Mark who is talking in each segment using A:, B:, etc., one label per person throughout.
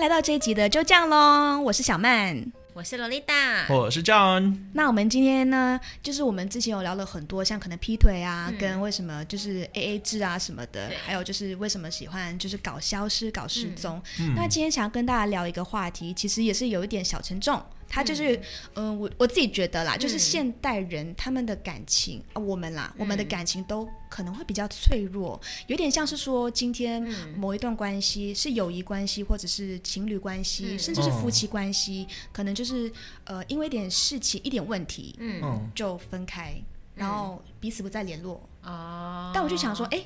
A: 来到这一集的就这样喽，我是小曼。
B: 我是洛丽达，
C: 我是 John，
A: 那我们今天呢，就是我们之前有聊了很多，像可能劈腿啊，
B: 嗯
A: 跟为什么就是 A A 制啊什么的
B: 对，
A: 还有就是为什么喜欢就是搞消失、搞失踪。
B: 嗯
A: 那今天想要跟大家聊一个话题，其实也是有一点小沉重。它就是，嗯，我我自己觉得啦，就是
B: 嗯
A: 现代人他们的感情，啊、我们啦，我们的
B: 嗯
A: 感情都可能会比较脆弱，有点像是说今天
B: 嗯
A: 某一段关系是友谊关系，或者是情侣关系，
B: 嗯
A: 甚至是
C: 哦
A: 夫妻关系，可能就是呃，因为一点事情、一点问题
B: 嗯
C: 嗯，
A: 就分开，然后彼此不再联络。
B: 哦，
A: 但我就想说，，哎、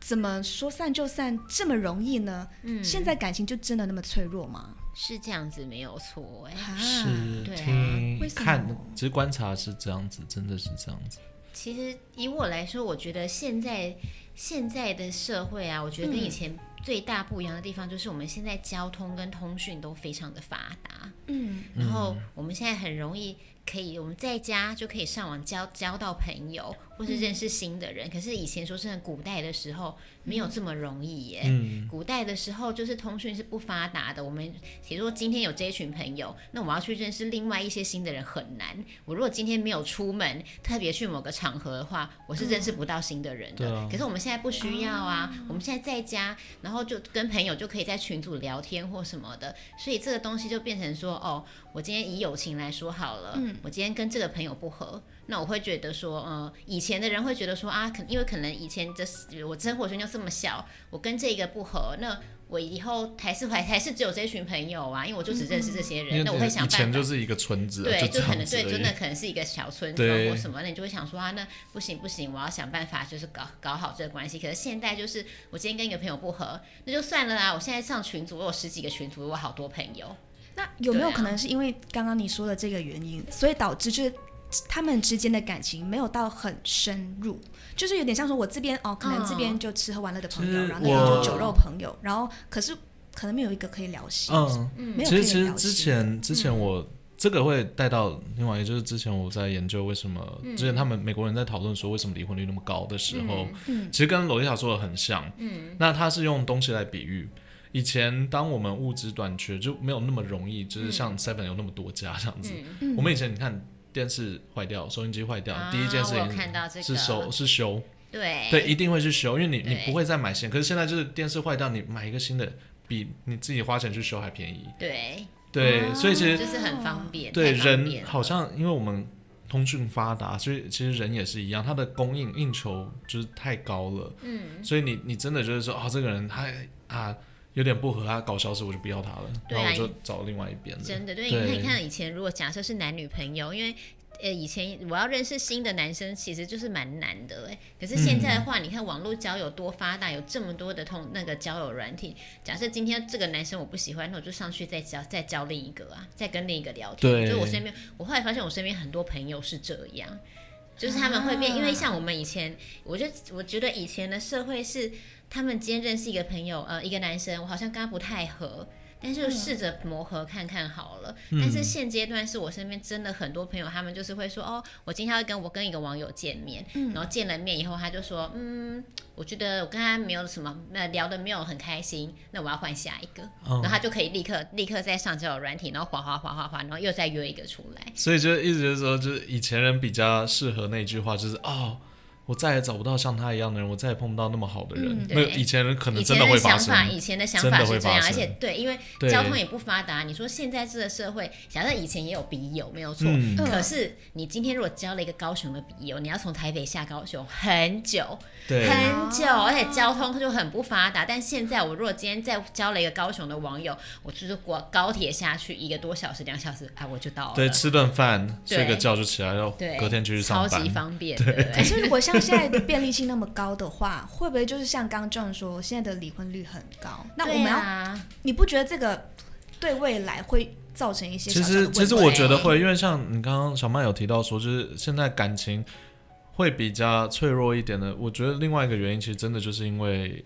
A: 怎么说散就散这么容易呢？
B: 嗯
A: 现在感情就真的那么脆弱吗？
B: 是这样子没有错，哎，
A: 啊，
C: 是
B: 对啊
C: 听
A: 为什么
C: 看，其实观察是这样子，真的是这样子，
B: 其实以我来说，我觉得现在现在的社会啊，我觉得跟以前最大不一样的地方就是我们现在交通跟通讯都非常的发达，
A: 嗯，
B: 然后我们现在很容易可以，我们在家就可以上网交交到朋友，或是认识新的人。可是以前说真的，古代的时候没有这么容易耶。
C: 嗯，
B: 古代的时候，就是通讯是不发达的。我们比如说今天有这一群朋友，那我要去认识另外一些新的人很难。我如果今天没有出门，特别去某个场合的话，我是认识不到新的人的。
C: 对啊
B: 可是我们现在不需要啊，我们现在在家，然后就跟朋友就可以在群组聊天或什么的，所以这个东西就变成说，哦，我今天以友情来说好了，我今天跟这个朋友不合，那我会觉得说，呃，以前的人会觉得说啊，可因为可能以前的我生活圈就这么小，我跟这个不合，那我以后还是还还是只有这群朋友啊，因为我就只认识这些人，
C: 嗯因
B: 那我
C: 为
B: 会想
C: 以前
B: 办法
C: 就。是一个村子啊，
B: 对，
C: 这
B: 可
C: 样
B: 能
C: 子
B: 对，真
C: 而
B: 的
C: 已，
B: 可能是一个小村庄
C: 对
B: 或什么，那你就会想说啊，那不行不行，我要想办法就是搞搞好这个关系。可是现在就是我今天跟一个朋友不合，那就算了啦。我现在上群组，我有十几个群组，我有好多朋友，
A: 那有没有
B: 对啊
A: 可能是因为刚刚你说的这个原因，所以导致就是他们之间的感情没有到很深入，就是有点像说我这边哦，可能这边就吃喝玩乐的朋友，
C: 嗯
A: 然后那边就
C: 我
A: 酒肉朋友，然后可是可能没有一个可以聊心，
C: 嗯，
A: 没有
C: 其
A: 可以
C: 实其实
A: 聊
C: 之
A: 心
C: 前之前我、这个会带到另外一个，就是之前我在研究为什么、之前他们美国人在讨论说为什么离婚率那么高的时候，
A: 嗯
C: 其实跟罗丽塔说的很像。嗯，那他是用东西来比喻。以前当我们物资短缺，就没有那么容易，就是像 Seven 有那么多家这样子。我们以前你看电视坏掉，收音机坏掉，
B: 啊
C: 第一件事
B: 我有看到这
C: 情
B: 个
C: 是收、是修，
B: 对
C: 对，一定会去修，因为你你
B: 对
C: 不会再买新的。可是现在就是电视坏掉，你买一个新的，比你自己花钱去修还便宜。
B: 对，
C: 对，所以其实
B: 啊就是很方便，
C: 对
B: 太方便
C: 人
B: 了
C: 好像因为我们通讯发达，所以其实人也是一样，他的供应应求就是太高了，嗯，所以你你真的就是说，哦，这个人他啊有点不合，他搞消失，我就不要他了，
B: 对啊
C: 然后我就找另外一边的，
B: 真的对，因
C: 对
B: 为你看以前如果假设是男女朋友，因为。呃，以前我要认识新的男生，其实就是蛮难的哎。可是现
C: 嗯
B: 在的话，你看网络交友多发达，有这么多的通那个交友软体。假设今天这个男生我不喜欢，那我就上去再交再交另一个啊，再跟另一个聊天。
C: 对
B: 就我身边，我后来发现我身边很多朋友是这样，就是他们会变，
A: 啊
B: 因为像我们以前，我就我觉得以前的社会是，他们今天认识一个朋友，呃，一个男生，我好像跟他不太合，但是试着磨合看看好了。但是现阶段是我身边真的很多朋友，他们就是会说，哦，我今天要跟我跟一个网友见面，然后见了面以后，他就说，嗯，我觉得我跟他没有什么，呃，聊的没有很开心，那我要换下一个，
C: 嗯
B: 然后他就可以立刻立刻再上交友软体，然后滑滑滑滑滑，然后又再约一个出来。
C: 所以就一直就是说，就是以前人比较适合那句话，就是哦。我再也找不到像他一样的人，我再也碰不到那么好的人。
A: 嗯
C: 没有
B: 对
C: 以前人可能
B: 以
C: 真
B: 前
C: 的会发
B: 想
C: 生，
B: 法，以前的想
C: 真
B: 法
C: 的
B: 是
C: 会
B: 这
C: 发
B: 样，而
C: 生
B: 且对，因为
C: 对
B: 交通也不发达。你说现在这个社会，假设以前也有笔友，没有错。
C: 嗯
B: 可是你今天如果交了一个高雄的笔友，你要从台北下高雄很久
C: 对，
B: 很久，
A: 哦
B: 而且交通就很不发达。但现在我如果今天再交了一个高雄的网友，我就是过高铁下去一个多小时、两小时，啊，我就到了。
C: 对，吃顿饭，
B: 对
C: 睡个觉就起来，然后
B: 对，
C: 隔天继续上
B: 超
C: 班
B: 级。方便，对不
A: 可
B: 对？
A: 是如果像现在的便利性那么高的话，会不会就是像刚刚 John 说，现在的离婚率很 高？ 那我们
B: 对
A: 要，
B: 啊
A: 你不觉得这个对未来会造成一些小
C: 其
A: 小的啊
C: 实
A: 问题
C: 其实我觉得会，因为像你刚刚小曼有提到说，就是现在感情会比较脆弱一点的。我觉得另外一个原因，其实真的就是因为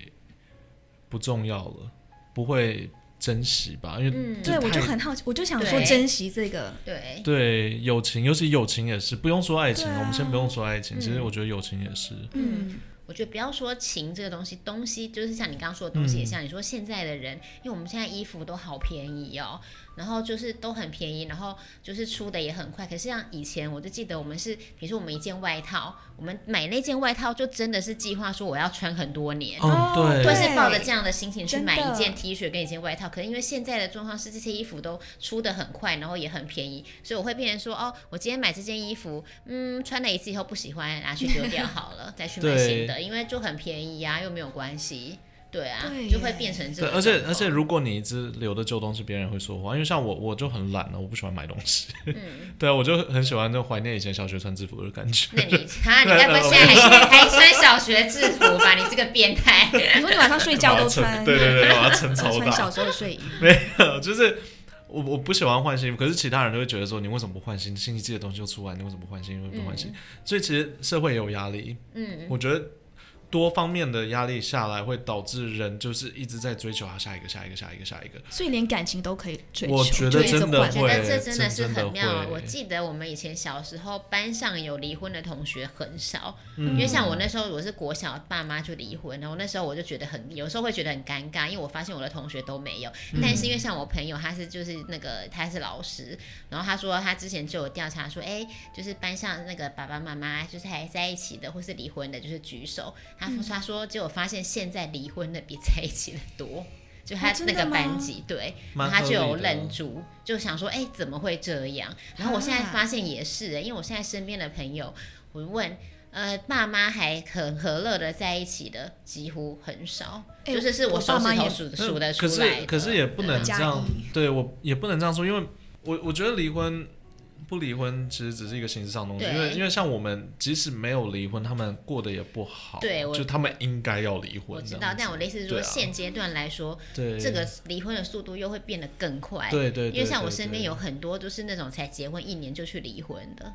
C: 不重要了，不会珍惜吧？因为、
B: 嗯
A: 对，
C: 太
A: 我就很好奇，我就想说
B: 对
A: 珍惜这个，
B: 对，
C: 对友情，尤其友情也是，不用说爱情，
A: 对啊
C: 我们先不用说爱情，
B: 嗯
C: 其实我觉得友情也是。
A: 嗯，
B: 我觉得不要说情这个东西，东西就是像你刚刚说的东西，也
C: 嗯
B: 像你说现在的人，因为我们现在衣服都好便宜哦，然后就是都很便宜，然后就是出的也很快。可是像以前，我就记得我们是，比如说我们一件外套，我们买那件外套就真的是计划说我要穿很多年。
C: 哦，对，
B: 会是抱着这样的心情去
A: 真
B: 买一
A: 的
B: 件 T 恤跟一件外套，可能因为现在的状况是这些衣服都出的很快，然后也很便宜，所以我会变成说，哦，我今天买这件衣服，嗯，穿了一次以后不喜欢，拿去丢 掉好了，再去买新的，因为就很便宜啊，又没有关系，对啊，
A: 对
B: 就会
A: 耶
B: 变成这
C: 对，
B: 个。
C: 而且而且，，如果你一直留着旧东西，别人会说话。因为像我，我就很懒了，我不喜欢买东西。
A: 嗯
C: 对啊，我就很喜欢那种怀念以前小学穿制服的感觉。
B: 那你啊，你该不会现在还是还穿小学制服吧？你这个变态！
A: 你说你晚上 睡觉
C: 把它
A: 都
C: 撑
A: 穿，
C: 对对对，把它撑
A: 然后
C: 超
A: 穿小
C: 大。
A: 时候的睡衣，
C: 就是我我不喜欢换新衣服，可是其他人都会觉得说，你为什么不换新新一季的东西就出来，你为什么不换新？你为什么不换新？所以其实社会也有压力。嗯，我觉得。多方面的压力下来，会导致人就是一直在追求他下一个、下一个、下一个、下一个。
A: 所以连感情都可以追求，
C: 我觉得
A: 就一直
C: 真的
A: 换
B: 觉
C: 会
B: 得这真的是
C: 真的
B: 很妙啊。
C: 会
B: 我记得我们以前小时候班上有离婚的同学很少，
C: 嗯
B: 因为像我那时候我是国小，爸妈就离婚，然后那时候我就觉得很，有时候会觉得很尴尬，因为我发现我的同学都没有。
C: 嗯
B: 但是因为像我朋友，他是就是那个他是老师，然后他说他之前就有调查说，哎，就是班上那个爸爸妈妈就是还在一起的或是离婚的，就是举手。他
A: 嗯
B: 说他说结果发现现在离婚的比在一起的多。就他
A: 哦真
B: 那
A: 的
B: 个班
A: 吗
B: 级，对，
C: 蛮
B: 他
C: 合
B: 就有
C: 理的
B: 愣住，就想说，哎、怎么会这样？然后我现在
A: 啊
B: 发现也是、欸因为我现在身边的朋友，我问，呃，爸妈还很和乐的在一起的几乎很少，
A: 哎
B: 就是是
A: 我
B: 手
A: 爸
B: 指
A: 妈
B: 头
A: 也
B: 数
C: 那
B: 数得出
C: 可是
B: 来的
C: 可是也不
B: 对
C: 能
B: 啊
C: 这
A: 加
C: 样
A: 一，
C: 对我也不能这样说，因为我我觉得离婚不离婚其实只是一个形式上的东西，
B: 对
C: 因为因为像我们即使没有离婚，他们过得也不好，
B: 对我
C: 就他们应该要离
B: 我
C: 婚
B: 知
C: 这
B: 道
C: 样，子，
B: 但我的意思是说，
C: 对啊
B: 现阶段来说，
C: 对
B: 这个离婚的速度又会变得更快。
C: 对对，对
B: 因为像我
C: 对
B: 身边
C: 对
B: 有很多就是那种才结婚一年就去离婚的，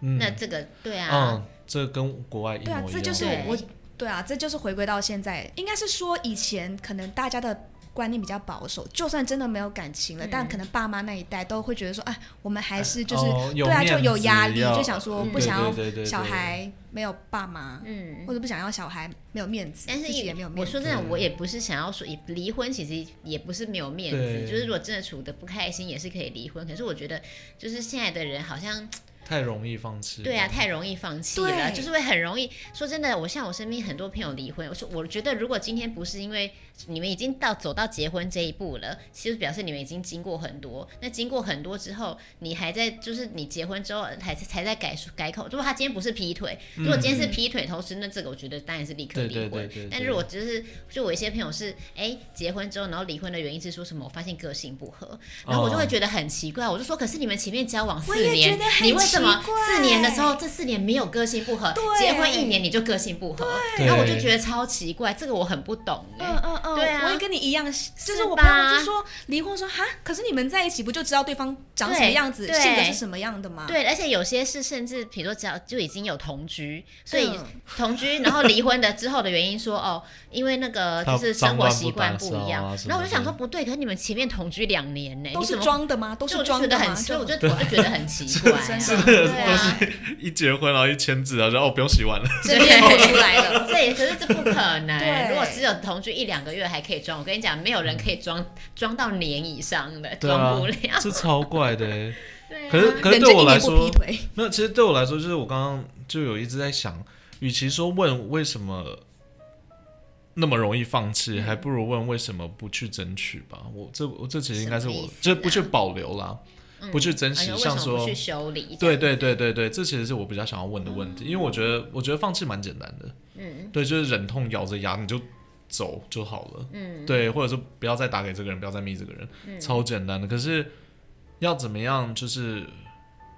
C: 嗯
B: 那这个对啊，
C: 嗯，这跟国外一模一
A: 对啊
C: 样，，
A: 这就是
B: 对
A: 我，对啊，这就是回归到现在，应该是说以前可能大家的观念比较保守，就算真的没有感情了，
B: 嗯
A: 但可能爸妈那一代都会觉得说，哎，我们还是就是、
C: 哦
A: 对啊，就
C: 面
A: 有
C: 子
A: 压力，
C: 要
A: 就想说
B: 嗯
A: 不想要
C: 对对对对
A: 小
C: 对
A: 孩没有爸妈，
B: 嗯，
A: 或者不想要小孩没有面子，
B: 但是
A: 自己
B: 也
A: 也没有面
B: 我
A: 子。
B: 说真的，我也不是想要说也离婚，其实也不是没有面子，
C: 对
B: 就是如果真的处的不开心，也是可以离婚。可是我觉得，就是现在的人好像
C: 太容易放弃，
B: 对啊，，太容易放弃了，
A: 对
B: 就是会很容易。说真的，我像我身边很多朋友离婚，我说我觉得如果今天不是因为你们已经到走到结婚这一步了，其实表示你们已经经过很多。那经过很多之后，你还在就是你结婚之后还在才在改改口。如果他今天不是劈腿，如果今天是劈腿偷吃，那这个我觉得当然是立刻
C: 嗯对
B: 离婚。
C: 对对对对
B: 但如果就是就我一些朋友是哎、结婚之后，然后离婚的原因是说什么？我发现个性不合，然后我就
C: 哦
B: 会觉得很奇怪，我就说可是你们前面交往四
A: 我也
B: 年
A: 觉得，很
B: 你为什么
A: 奇怪
B: 四年的时候这四年没有个性不合，
A: 对
B: 结婚一年你就个性不合，
C: 对
B: 然后我就觉得超奇怪，这个我很不懂哎、
A: 嗯嗯嗯，
B: 对啊
A: 我也跟你一样，就是
B: 是
A: 我朋友
B: 吧
A: 就说离婚说哈，可是你们在一起不就知道对方长什么
B: 对
A: 样子，
B: 对
A: 性格是什么样的吗？
B: 对，而且有些是甚至，比如说只要就已经有同居，所以
A: 嗯
B: 同居然后离婚的之后的原 因说哦，因为那个就是生活习惯不一样
C: 他脏乱不打扫啊什么。的
B: 然后我就想说不对，可是你们前面同居两年呢、
A: 都
B: 你
A: 是
B: 怎么？
A: 装的吗？都
B: 就是我就觉
A: 装
B: 得
A: 的吗？
B: 很，所以我就我就觉得很奇 怪、啊，
A: 真的
B: 对啊，
C: 一结婚然后一签字，然后就哦不用洗碗了，
A: 这边跑出来了。
B: 这也可是这不可能。
A: 对
B: 如果只有同居一两个月还可以装，我跟你讲，没有人可以装装到年以上的，
C: 对啊
B: 装不了。
C: 这超怪的欸。
B: 对啊
C: 可是 可是
A: 人这
C: 对
A: 一
C: 我
A: 年
C: 来
A: 不
C: 说
A: 劈，腿，
C: 没有，其实对我来说，就是我刚刚就有一直在想，与其说问为什么那么容易放
B: 嗯
C: 弃，还不如问为什么不去争取吧。我这我这其实应该是
B: 什
C: 我
B: 么意思啊，
C: 就是不去保留啦，
B: 嗯
C: 不去珍
B: 而且
C: 惜，
B: 为什
C: 像
B: 么不
C: 说
B: 去。修理？
C: 对对对对对，这其实是我比较想要问的问题，因为我觉得我觉得放弃蛮简单的，嗯，对，就是忍痛咬着牙你就走就好了，嗯，对，或者是不要再打给这个人，不要再密这个人，
B: 嗯
C: 超简单的。可是要怎么样，就是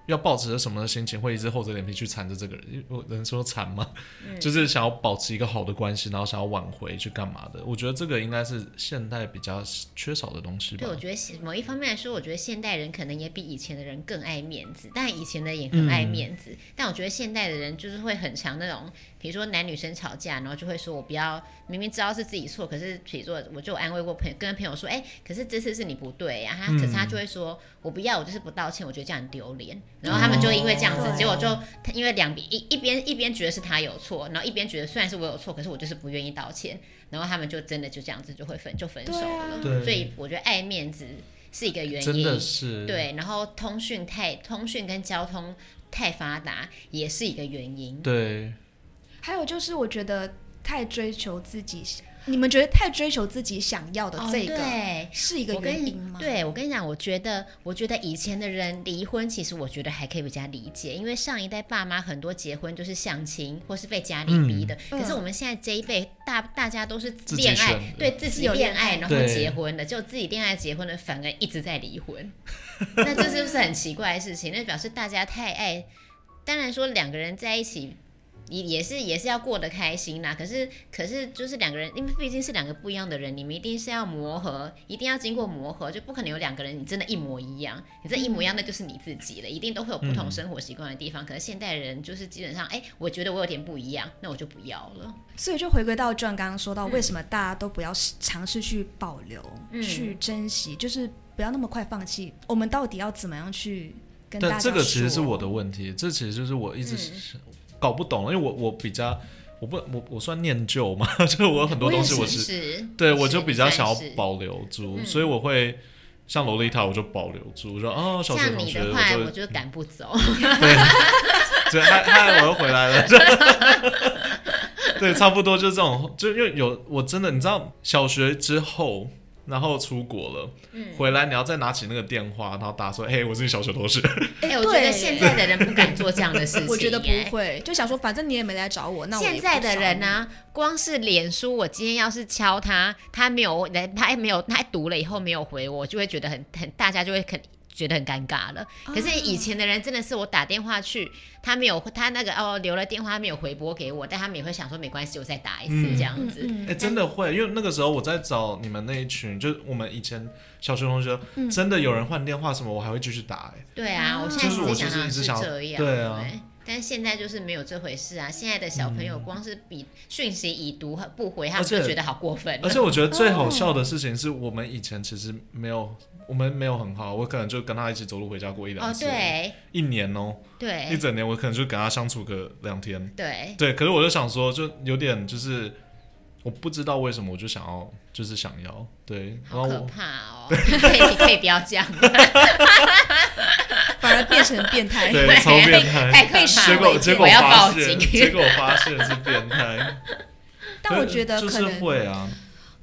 C: 要保持着什么的心情，会一直厚着脸皮去缠着这个人？因为我能说缠吗？
B: 嗯
C: 就是想要保持一个好的关系，然后想要挽回去干嘛的？我觉得这个应该是现代比较缺少的东西吧
B: 对，我。觉得现某一方面来说，我觉得现代人可能也比以前的人更爱面子，但以前的也很爱面子，但我觉得现代的人就是会很常那种，比如说男女生吵架，然后就会说我不要，明明知道是自己错，可是比如说我就安慰过朋友，跟朋友说，哎、可是这次是你不对呀、啊，他可是他就会说、我不要，我就是不道歉，我觉得这样很丢脸，然后他们就因为这样子，
A: 哦
B: 结果就他因为两边一一边一边觉得是他有错，然后一边觉得虽然是我有错，可是我就是不愿意道歉，然后他们就真的就这样子就会分就分手
A: 对
B: 了
A: 啊。
C: 对
B: 所以我觉得爱面子是一个原因，
C: 真的是，
B: 对，然后通讯太通讯跟交通太发达也是一个原因。
C: 对
A: 还有就是，我觉得太追求自己，你们觉得太追求自己想要的
B: 哦
A: 这个、
B: 对
A: 是一个
B: 我跟
A: 原
B: 你
A: 因吗？
B: 对我跟你讲，我觉得，我觉得以前的人离婚，其实我觉得还可以比较理解，因为上一代爸妈很多结婚就是相亲或是被家里逼的。
A: 嗯
B: 可是我们现在这一辈大大家都是
C: 自己
B: 恋爱，
C: 选的
B: 对自
A: 自
B: 己
A: 由
B: 恋
A: 恋
B: 爱
A: 爱
B: 然后
C: 对
B: 结婚的，就自己恋爱结婚的，反而一直在离婚，那这是不是很奇怪的事情？那表示大家太爱。当然说两个人在一起也也是也是要过得开心啦。可是可是就是两个人，因为毕竟是两个不一样的人，你们一定是要磨合，一定要经过磨合，就不可能有两个人你真的一模一样。你这一模一样，那就是你自己了，一定都会有不同生活习惯的地方。可是现代人就是基本上，哎、我觉得我有点不一样，那我就不要了。
A: 所以就回归到 John 刚刚说到，为什么大家都不要试尝试去保留、
B: 嗯
A: 去珍惜，就是不要那么快放弃。我们到底要怎么样去跟大家
C: 但这个其实是
A: 说
C: 我的问题，这其实就是我一直是搞不懂，因为我我比较我不我我算念旧嘛， 就是我有很多
A: 我也
C: 东西我
B: 是
C: 是
B: 是，
C: 对，
B: 是
C: 我就比较想要。
B: 算是
C: 保留住，
B: 嗯
C: 所以我会像洛丽塔，我就保留住，我说哦，小学
B: 像
C: 同
B: 你
C: 学，
B: 的话，
C: 就
B: 我就赶不走。
C: 对，嗨嗨，我又回来了。 对，差不多就这种，就因为有我真的，你知道，小学之后，然后出国了，回来你要再拿起那个电话，然后打说，嘿，我是你小学同学，
B: 哎、
A: 哎
B: 我觉得
A: 对
B: 现在的人不敢做这样的事 情、
A: 我觉得
B: 哎
A: 不会，就想说反正你也没来找我，那我也
B: 现在的人
A: 呢、
B: 啊呢、光是脸书，我今天要是敲他，他没有来，他没有，他读了以后没有回我，就会觉得很很，大家就会很觉得很尴尬了。可
A: 啊
B: 是以前的人真的是我打电话去，他没有他那个哦留了电话，他没有回拨给我，但他们也会想说没关系，我再打一次
C: 嗯
B: 这样子。
A: 嗯
C: 哎、真的会，因为那个时候我在找你们那一群，就是我们以前小学同学，
A: 嗯
C: 真的有人换电话什么，我还会继续打、哎，
B: 对啊，
A: 啊
B: 我现在
A: 就是
B: 只
A: 我
B: 想
C: 就是
B: 到
C: 一直
B: 是
C: 想
B: 这样，
C: 对啊嗯
B: 但现在就是没有这回事啊！现在的小朋友光是比讯息已读和不回，他们
C: 而且
B: 就觉得好过分。
C: 而且我觉得最好笑的事情是我们以前其实没有，我们没有很好，我可能就跟他一起走路回家过一两
B: 哦，
C: 次，
B: 对
C: 一年哦、一
B: 对
C: 整年我可能就跟他相处个两天。
B: 对，
C: 对，可是我就想说，就有点就是我不知道为什么，我就想要，就是想要，对，然后
B: 好可
C: 我
B: 怕哦！ 可以可以不要这样，
A: 反而变成变态。
C: 对超变态。
B: 太 可怕
C: 结
B: 了，
C: 果
B: 我
C: 结果
B: 我要
C: 发
B: 报
C: 现，
B: 警。
C: 结果发现是变态。
A: 但我觉得
C: 就
A: 可
C: 是
A: 能、
C: 会啊，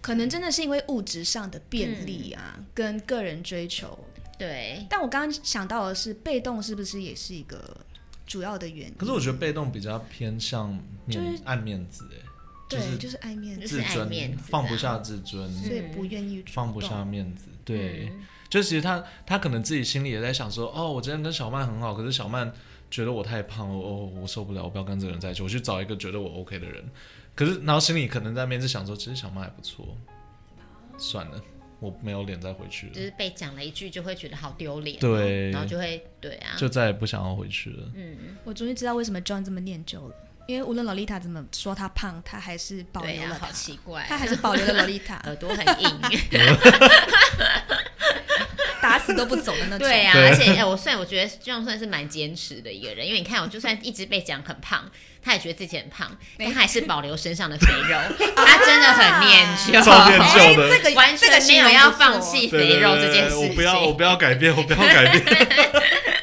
A: 可能真的是因为物质上的便利啊，
B: 嗯
A: 跟个人追求。
B: 对，
A: 但我刚刚想到的是，被动是不是也是一个主要的原因？
C: 可是我觉得被动比较偏向面、
A: 就是
C: 按面子、欸，就
A: 对，
C: 是
A: 就是爱面
B: 就
A: 子，
B: 是
C: 自
B: 爱
C: 尊
B: 面子啊
C: 放不下自尊，
A: 所以不愿意主
C: 放不下
A: 动。
C: 面子，对。
B: 嗯
C: 就其实他他可能自己心里也在想说，哦，我今天跟小曼很好，可是小曼觉得我太胖了，哦，我受不了，我不要跟这个人在一起，我去找一个觉得我 OK 的人。可是然后心里可能在那边是想说，其实小曼还不错，算了，我没有脸再回去
B: 就
C: 了，
B: 是被讲了一句就会觉得好丢脸哦，
C: 对
B: 然后就会对啊，
C: 就再也不想要回去了。
B: 嗯，
A: 我终于知道为什么 John 这么念旧了，因为无论洛丽塔怎么说她胖，她还是保
B: 对
A: 留
B: 啊
A: 了，
B: 好
A: 她，
B: 奇怪，
A: 她还是保留了洛丽 塔，
B: 耳朵很硬。
A: 打死都不走的那种。
B: 对啊，
C: 对
B: 而且哎、我算我觉得这样算是蛮坚持的一个人，因为你看，我就算一直被讲很胖，他也觉得自己很胖，但他还是保留身上的肥 肉，他真的很念旧，
C: 超念旧的
A: 这个
B: 完全没有要放弃肥
C: 对对对
B: 肉这件事
C: 对
B: 情。
C: 我不要，我不要改变，我不要改变，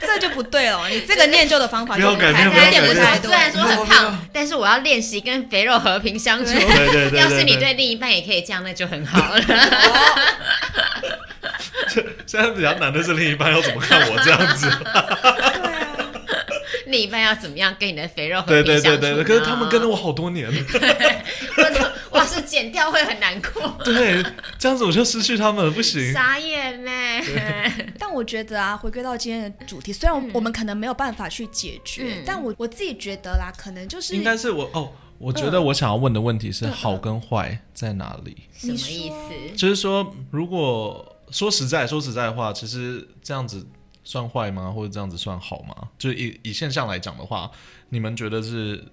A: 这就不对了。你这个念旧的方法
C: 不要
A: 就
C: 改变
A: 有
C: 不要改
A: 点
C: 变
A: 不太
B: 虽
A: 对。
B: 然说很
C: 我不要
B: 胖，但是我要练习跟肥肉和平相处。
C: 对对对对。
B: 要是你
C: 对
B: 对另一半也可以这样，那就很好了。
C: 现在比较难的是另一半要怎么看我这样子，
A: 对啊，
B: 另一半要怎么样跟你的肥肉和
C: 对
B: 平
C: 对
B: 相
C: 对
B: 处？
C: 对对。可是他们跟了，我好多年了。
B: 我要是剪掉会很难过，
C: 对，这样子我就失去他们了，不行。
B: 傻眼呢。
A: 但我觉得啊，回归到今天的主题，虽然我们可能没有办法去解决，
B: 嗯
A: 但我我自己觉得啦，可能就是
C: 应该是我哦，我觉得我想要问的问题是好跟坏在哪里？
B: 什么意思？
C: 就是说，如果说实在说实在话，其实这样子算坏吗？或者这样子算好吗？就是以以现象来讲的话，你们觉得是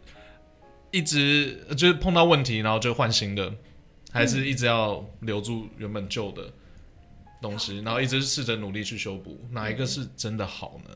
C: 一直就是碰到问题，然后就换新的，还是一直要留住原本旧
A: 嗯
C: 的？东西，然后一直试着努力去修补，哪一个是真的好呢？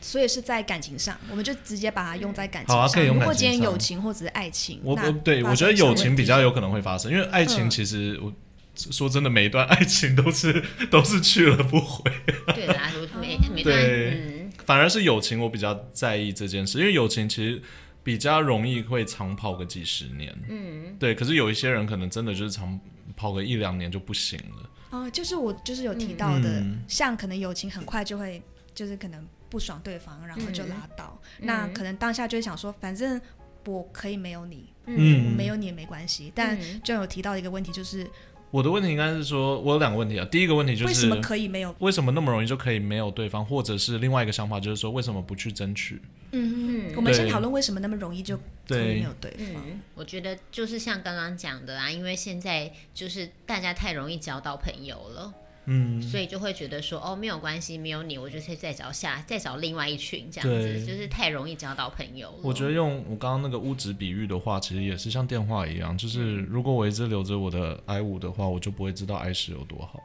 A: 所以是在感情上，我们就直接把它用在感情
C: 好啊
A: 上。
C: 可以用
A: 如
C: 感
A: 果
C: 情
A: 今天
C: 上
A: 友情或者是爱情，
C: 我
A: 那
C: 我对
A: 发
C: 我觉得
A: 生什么
C: 友情
A: 问
C: 比
A: 题
C: 较有可能会发生，因为爱情
A: 嗯
C: 其实我说真的，每一段 爱情都是都是去了不回，
B: 对啦，我每每段
C: 对
B: 嗯，
C: 反而是友情我比较在意这件事，因为友情其实比较容易会长跑个几十年，嗯，对。可是有一些人可能真的就是长跑个一两年就不行了，
A: 啊、就是我就是有提到的，
C: 嗯
A: 像可能友情很快就会就是可能不爽对方，然后就拉倒。
B: 嗯
A: 那可能当下就会想说，反正我可以没有你，
C: 嗯
A: 我没有你也没关系。但
B: 嗯
A: 就有提到一个问题，就是、
C: 我的问题应该是说，我有两个问题啊。第一个问题就
A: 为
C: 是
A: 什么可以没有？
C: 为什么那么容易就可以没有对方，或者是另外一个想法就是说，为什么不去争取？
A: 嗯
B: 嗯
A: 嗯，我们先
C: 对
A: 讨论为什么那么容易就可以没
C: 对
A: 有对方。
B: 嗯，我觉得就是像刚刚讲的啊，因为现在就是大家太容易交到朋友了，
C: 嗯，
B: 所以就会觉得说哦，没有关系，没有你，我就再再找下，再找另外一群这样
C: 对
B: 子，就是太容易交到朋友了。
C: 我觉得用我刚刚那个屋子比喻的话，其实也是像电话一样，就是
A: 嗯
C: 如果我一直留着我的 i 五的话，我就不会知道 i 十有多好。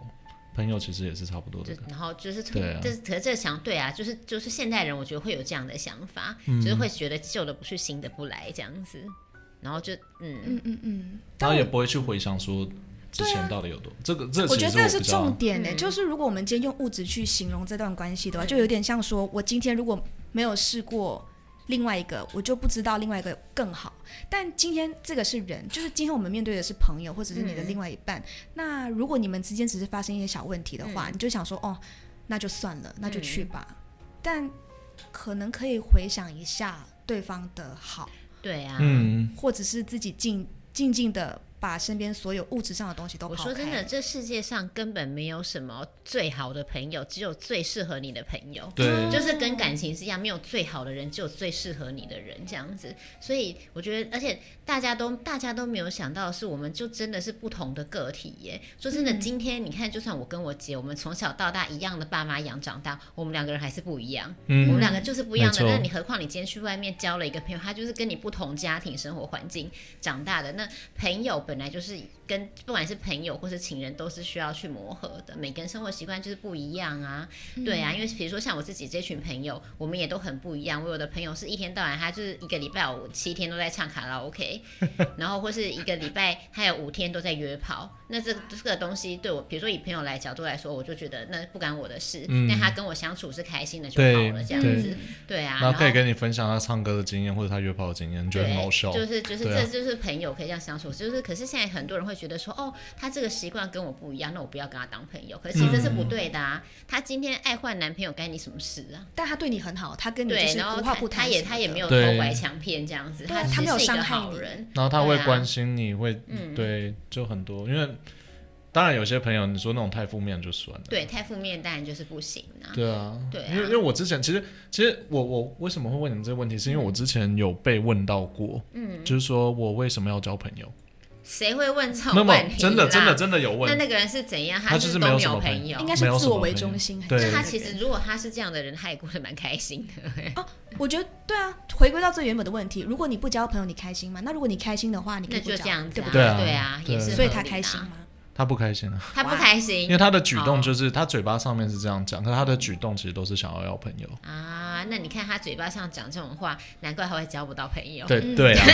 C: 朋友其实也是差不多的
B: 就，然后就是，
C: 对啊
B: 这可是这想对啊，就是就是现代人，我觉得会有这样的想法，
C: 嗯
B: 就是会觉得旧的不去，新的不来这样子，然后就嗯，
A: 嗯嗯嗯，
C: 然
A: 但
C: 后也
A: 我
C: 不会去回想说之前到底有多。这个这
A: 我
C: 其
A: 觉
C: 实
A: 得这
C: 比
A: 是
C: 较
A: 重点呢、
B: 嗯
A: 就是如果我们今天用物质去形容这段关系的话，就有点像说，我今天如果没有试过另外一个，我就不知道另外一个更好。但今天这个是人，就是今天我们面对的是朋友或者是
B: 嗯
A: 你的另外一半。那如果你们之间只是发生一些小问题的
B: 嗯
A: 话，你就想说，哦，那就算了，那就去吧。但可能可以回想一下对方的好，
B: 对啊，
C: 嗯，
A: 或者是自己静静静的把身边所有物质上的东西都
B: 我
A: 抛开。
B: 说真的，这世界上根本没有什么最好的朋友，只有最适合你的朋友。
C: 对，
B: 就是跟感情是一样，没有最好的人，只有最适合你的人这样子。所以我觉得，而且大家都大家都没有想到的是，我们就真的是不同的个体耶。说真的，
C: 嗯
B: 今天你看，就算我跟我姐，我们从小到大一样的爸妈养长大，我们两个人还是不一样。我们
C: 嗯，
B: 两个就是不一样的。
C: 没错
B: 那你何况你今天去外面交了一个朋友，他就是跟你不同家庭生活环境长大的。那朋友本来就是跟不管是朋友或是情人，都是需要去磨合的。每个人生活习惯就是不一样啊，对
C: 嗯
B: 啊。因为比如说像我自己这群朋友，我们也都很不一样。我有的朋友是一天到晚，他就是一个礼拜五七天都在唱卡拉 OK，然后或是一个礼拜他有五天都在约炮。那这这个东西对我，比如说以朋友来角度来说，我就觉得那不干我的事。
C: 嗯
B: 但他跟我相处是开心的就好
C: 对
B: 了，这样
C: 对
B: 子。对啊，
C: 然后可以跟你分享他唱歌的经验或者他约炮的经验，你觉得很好笑。
B: 就是就是
C: 对啊
B: 这就是朋友可以这样相处，就是可是现在很多人会觉得说，哦，他这个习惯跟我不一样，那我不要跟他当朋友，可是其实这是
C: 嗯
B: 不对的啊。他今天爱换男朋友，干你什么事啊？
A: 但他对你很好，他跟你就
B: 对，
A: 是
B: 然后
A: 无
B: 他
A: 话不
B: 他
A: 谈
B: 也
A: 什么
B: 他也
A: 的
B: 没有偷
C: 对
B: 拐强骗这样子，
A: 对啊
B: 其
A: 他没
B: 实
A: 有
B: 是一个
A: 伤害
B: 好
A: 你
B: 人。
C: 然后他会
B: 对啊
C: 关心你，会对，就很多。因为当然有些朋友，你说那种太负面就算了。
B: 对，太负面当然就是不行啊。
C: 对啊，
B: 对啊
C: 因为因为我之前其实其实我我为什么会问你们这个问题，是因为我之前有被问到过，嗯，就是说我为什么要交朋友？
B: 谁会问这
C: 没
B: 种
C: 有没
B: 问
C: 有
B: 题啦？
C: 真的真的真的有
B: 那
C: 问，
B: 那个人是怎样？
C: 他就
B: 就是都
C: 没有
B: 没
C: 什么朋
B: 朋
C: 友
A: 应
B: 友。
A: 该是自我为中心。
C: 对
B: 那他
A: 很
B: 其实如果他是这样的人，他也过得蛮开心的。
A: 我觉得对啊，回归到最原本的问题，如果你不交朋友，你开心吗？那如果你开心的话，你可
B: 那
A: 以不
B: 就
A: 交，
B: 这样子、
A: 对
B: 啊，
A: 不
C: 对
A: 对？
C: 啊
B: 对啊，
C: 对
B: 也是、
A: 所以他开心，吗？
C: 他不开心啊，
B: 他不开心，
C: 因为他的举动
B: 哦
C: 就是他嘴巴上面是这样讲，可是他的举动其实都是想要要朋友。
B: 啊，那你看他嘴巴上讲这种话，难怪他会交不到朋友，
C: 对
A: 嗯
C: 对啊，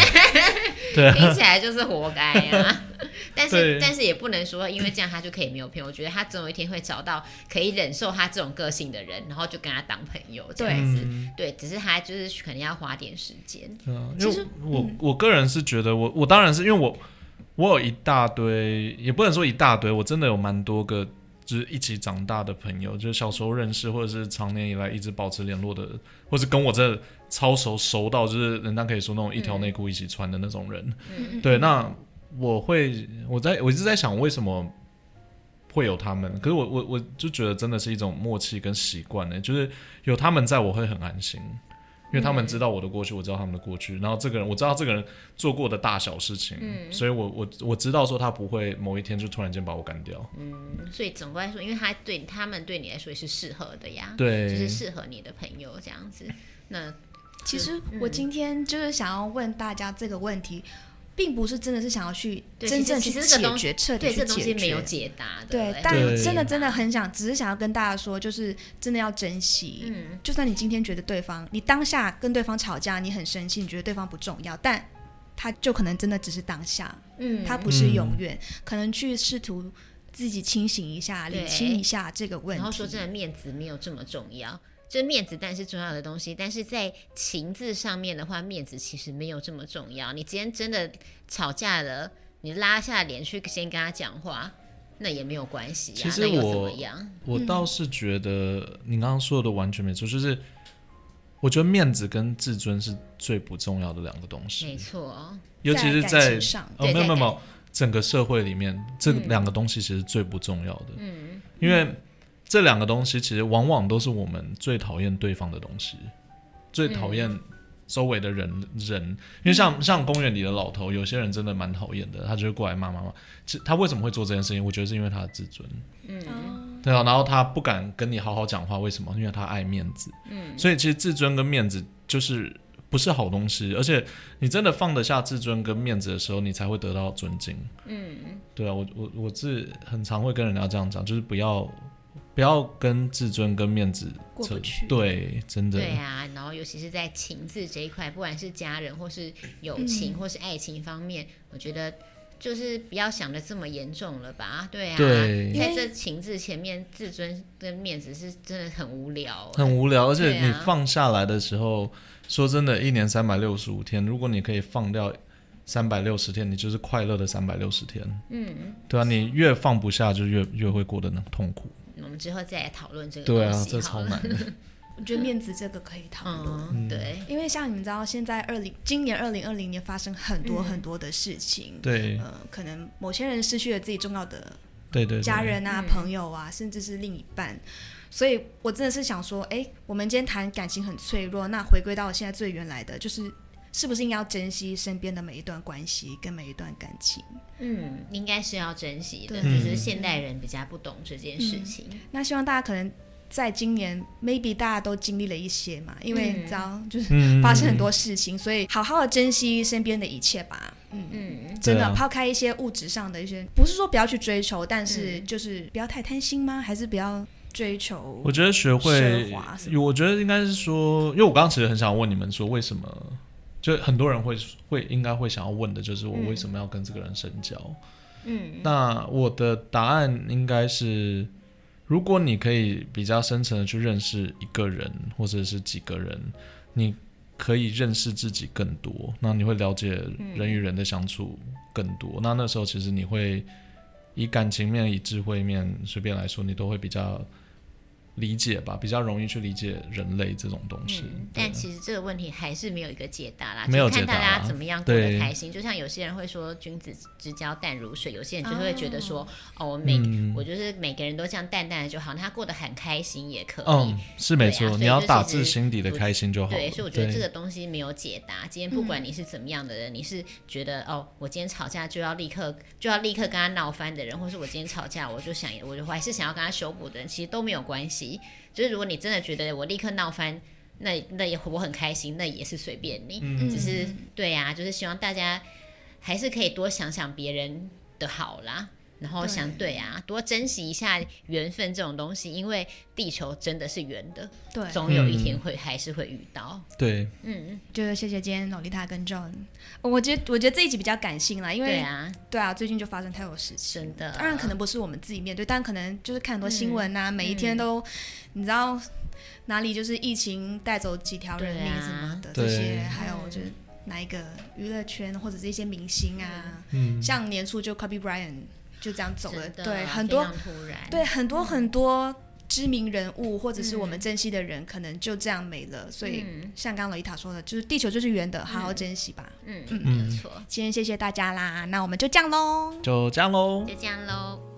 C: 对啊，
B: 听起来就是活该啊。但
C: 对
B: 是但是也不能说，因为这样他就可以没有朋友。我觉得他总有一天会找到可以忍受他这种个性的人，然后就跟他当朋友 这样子。
C: 嗯
B: 对，只是他就是可能要花点时间。
C: 对啊，因
A: 嗯其
C: 为
A: 实
C: 我、我个人是觉得我，我当然是因为我我有一大堆，也不能说一大堆，我真的有蛮多个就是一起长大的朋友，就是小时候认识或者是长年以来一直保持联络的，或是跟我这超熟熟到就是人家可以说那种一条内裤一起穿的那种人。
A: 嗯
C: 对，那我会我在我一直在想为什么。会有他们，可是我我我就觉得真的是一种默契跟习惯呢，就是有他们在我会很安心，因为他们知道我的过去，我知道他们的过去，然后这个人我知道这个人做过的大小事情，
B: 嗯
C: 所以我我我知道说他不会某一天就突然间把我干掉，
B: 嗯所以总归来说，因为他对他们对你来说也是适合的呀，就
C: 对，
B: 是适合你的朋友这样子。那嗯
A: 其实我今天就是想要问大家这个问题。并不是真的是想要去
B: 对
A: 真
B: 其实
A: 正
B: 其
A: 去
B: 实这个
A: 解
B: 东
A: 决彻底
B: 对，
A: 去
B: 这东西
A: 解
B: 没有
A: 决。
B: 解答的。
A: 对
B: 哎，
A: 但
C: 对
A: 真的真的很想，只是想要跟大家说，就是真的要珍惜。
B: 嗯，
A: 就算你今天觉得对方，你当下跟对方吵架，你很生气，你觉得对方不重要，但他就可能真的只是当下，
B: 嗯，
A: 他不是永远，可能去试图自己清醒一下，
B: 对
A: 理清一下这个问题。
B: 然后说真的，面子没有这么重要。就是面子，但是重要的东西，但是在情字上面的话，面子其实没有这么重要。你今天真的吵架了，你拉下脸去先跟他讲话，那也没有关系
C: 其
B: 啊，
C: 实
B: 那又怎
C: 我
B: 么样？
C: 我倒是觉得你刚刚说的完全没错，就是我觉得面子跟自尊是最不重要的两个东
B: 没
C: 西，
B: 错，
C: 尤其是
A: 在感
C: 在
A: 情上，
C: 哦，
B: 对
C: 没
B: 在
C: 有没有
B: 感
C: 没有，整个社会里面这
B: 嗯
C: 两个东西其实最不重要的，
B: 嗯，
C: 因为这两个东西其实往往都是我们最讨厌对方的东西，最讨
B: 嗯
C: 厌周围的人、人，因为像像公园里的老头，有些人真的蛮讨厌的，他就会过来骂骂骂。其他为什么会做这件事情？我觉得是因为他的自尊，
B: 嗯
A: 哦
C: 对啊，然后他不敢跟你好好讲话，为什么？因为他爱面子，嗯，所以其实自尊跟面子就是。不是好东西，而且你真的放得下自尊跟面子的时候，你才会得到尊敬。嗯，对啊，我我我是很常会跟人家这样讲，就是不要不要跟自尊跟面子
A: 过不
C: 扯
A: 去
C: 对，真的，
B: 对啊。然后尤其是在情字这一块，不管是家人或是友情、或是爱情方面，我觉得就是不要想的这么严重了吧？对啊，
C: 对
A: 因
B: 在
A: 为
B: 这情字前面，自尊跟面子是真的很无聊、欸。
C: 很无聊。而
B: 对
C: 且
B: 啊
C: 你放下来的时候，说真的，一年三百六十五天，如果你可以放掉三百六十天，你就是快乐的三百六十天。嗯，对啊，你越放不下，就越越会过得那痛苦。
B: 我们之后再来讨论这个
C: 对
B: 东
C: 啊，
B: 西好
C: 这超
B: 了。
C: 难的。
A: 我觉得面子这个可以讨论。
B: 嗯，对，
A: 因为像你们知道，现在二零今年二零二零年发生很
B: 嗯
A: 多很多的事情，
C: 对
A: 呃，可能某些人失去了自己重要的
C: 对对对，
A: 家人啊、
B: 嗯
A: 朋友啊，甚至是另一半。所以我真的是想说，哎，我们今天谈感情很脆弱，那回归到现在最原来的，就是是不是应该要珍惜身边的每一段关系跟每一段感情？
B: 嗯，应该是要珍惜的，
A: 对
B: 只
C: 嗯
B: 是现代人比较不懂这件事情。
A: 那希望大家可能在今年，maybe 大家都经历了一些嘛，因为
B: 嗯
A: 你知道，就是
C: 嗯
A: 发生很多事情，所以好好的珍惜身边的一切吧。嗯。
B: 嗯，
A: 真的、
C: 对啊
A: 抛开一些物质上的一些，不是说不要去追求，但是就是不要太贪心吗？还是不要追求
C: 我觉得学
A: 奢
C: 会
A: 华什，
C: 我觉得应该是说，因为我刚刚其实很想问你们说，为什么就很多人会会应该会想要问的，就是我
B: 嗯
C: 为什么要跟这个人深交？
B: 嗯，
C: 那我的答案应该是，如果你可以比较深层的去认识一个人或者是几个人，你可以认识自己更多，那你会了解人与人的相处更多。那那时候其实你会以感情面、以智慧面，随便来说，你都会比较理解吧，比较容易去理解人类这种东西。
B: 嗯，
C: 对啊
B: 但其实这个问题还是没有一个解答啦，
C: 没有
B: 就看
C: 解答
B: 大
C: 啊
B: 家怎么样过得
C: 对
B: 开心。就像有些人会说“君子之交淡如水”，有些人就会觉得说：“哦，我每、
C: 嗯
B: 我就是每个人都这样淡淡的就好，那他过得很开心也可以。
C: 嗯，是没
B: 对啊
C: 错，
B: 所以
C: 你要
B: 就
C: 打
B: 其实
C: 自心底的开心就好了。
B: 对，所以我觉得这
C: 对
B: 个东西没有解答。今天不
A: 嗯
B: 管你是怎么样的人，你是觉得哦，我今天吵架就要立刻就要立刻跟他闹翻的人，或是我今天吵架我就想我就还是想要跟他修补的人，其实都没有关系。就是如果你真的觉得我立刻闹翻，那那也我很开心，那也是随便你。
A: 嗯
B: 只是对呀、就是希望大家还是可以多想想别人的好啦。然后想对啊，多珍惜一下缘分这种东西，因为地球真的是圆的，
A: 对，
B: 总有一
C: 嗯
B: 天会还是会遇到。
C: 对，
B: 嗯，
A: 就是谢谢今天老丽塔跟 John，哦我觉得我觉得这一集比较感性啦，因为
B: 对啊，呃
A: 对啊，最近就发生太多事情。
B: 真的。
A: 当然，可能不是我们自己面对，但可能就是看很多新闻
B: 嗯
A: 啊，每一天都，你知道哪里就是疫情带走几条人命
B: 对啊
A: 什么的，这
C: 对
A: 些还有就是哪一个娱乐圈或者是一些明星啊，
C: 嗯，
A: 像年初就 Kobe Bryant 就这样走了，
B: 真的啊
A: 对，很多
B: 非常突然，
A: 对很多很多知名人物或者是我们珍惜的人，可能就这样没了。所以
B: 嗯
A: 像刚刚罗伊塔说的，就是地球就是圆的，好好珍惜吧。
B: 嗯
A: 嗯
B: 嗯，没有错，
A: 今天谢谢大家啦，那我们就这样喽。
C: 就这样喽。
B: 就这样喽，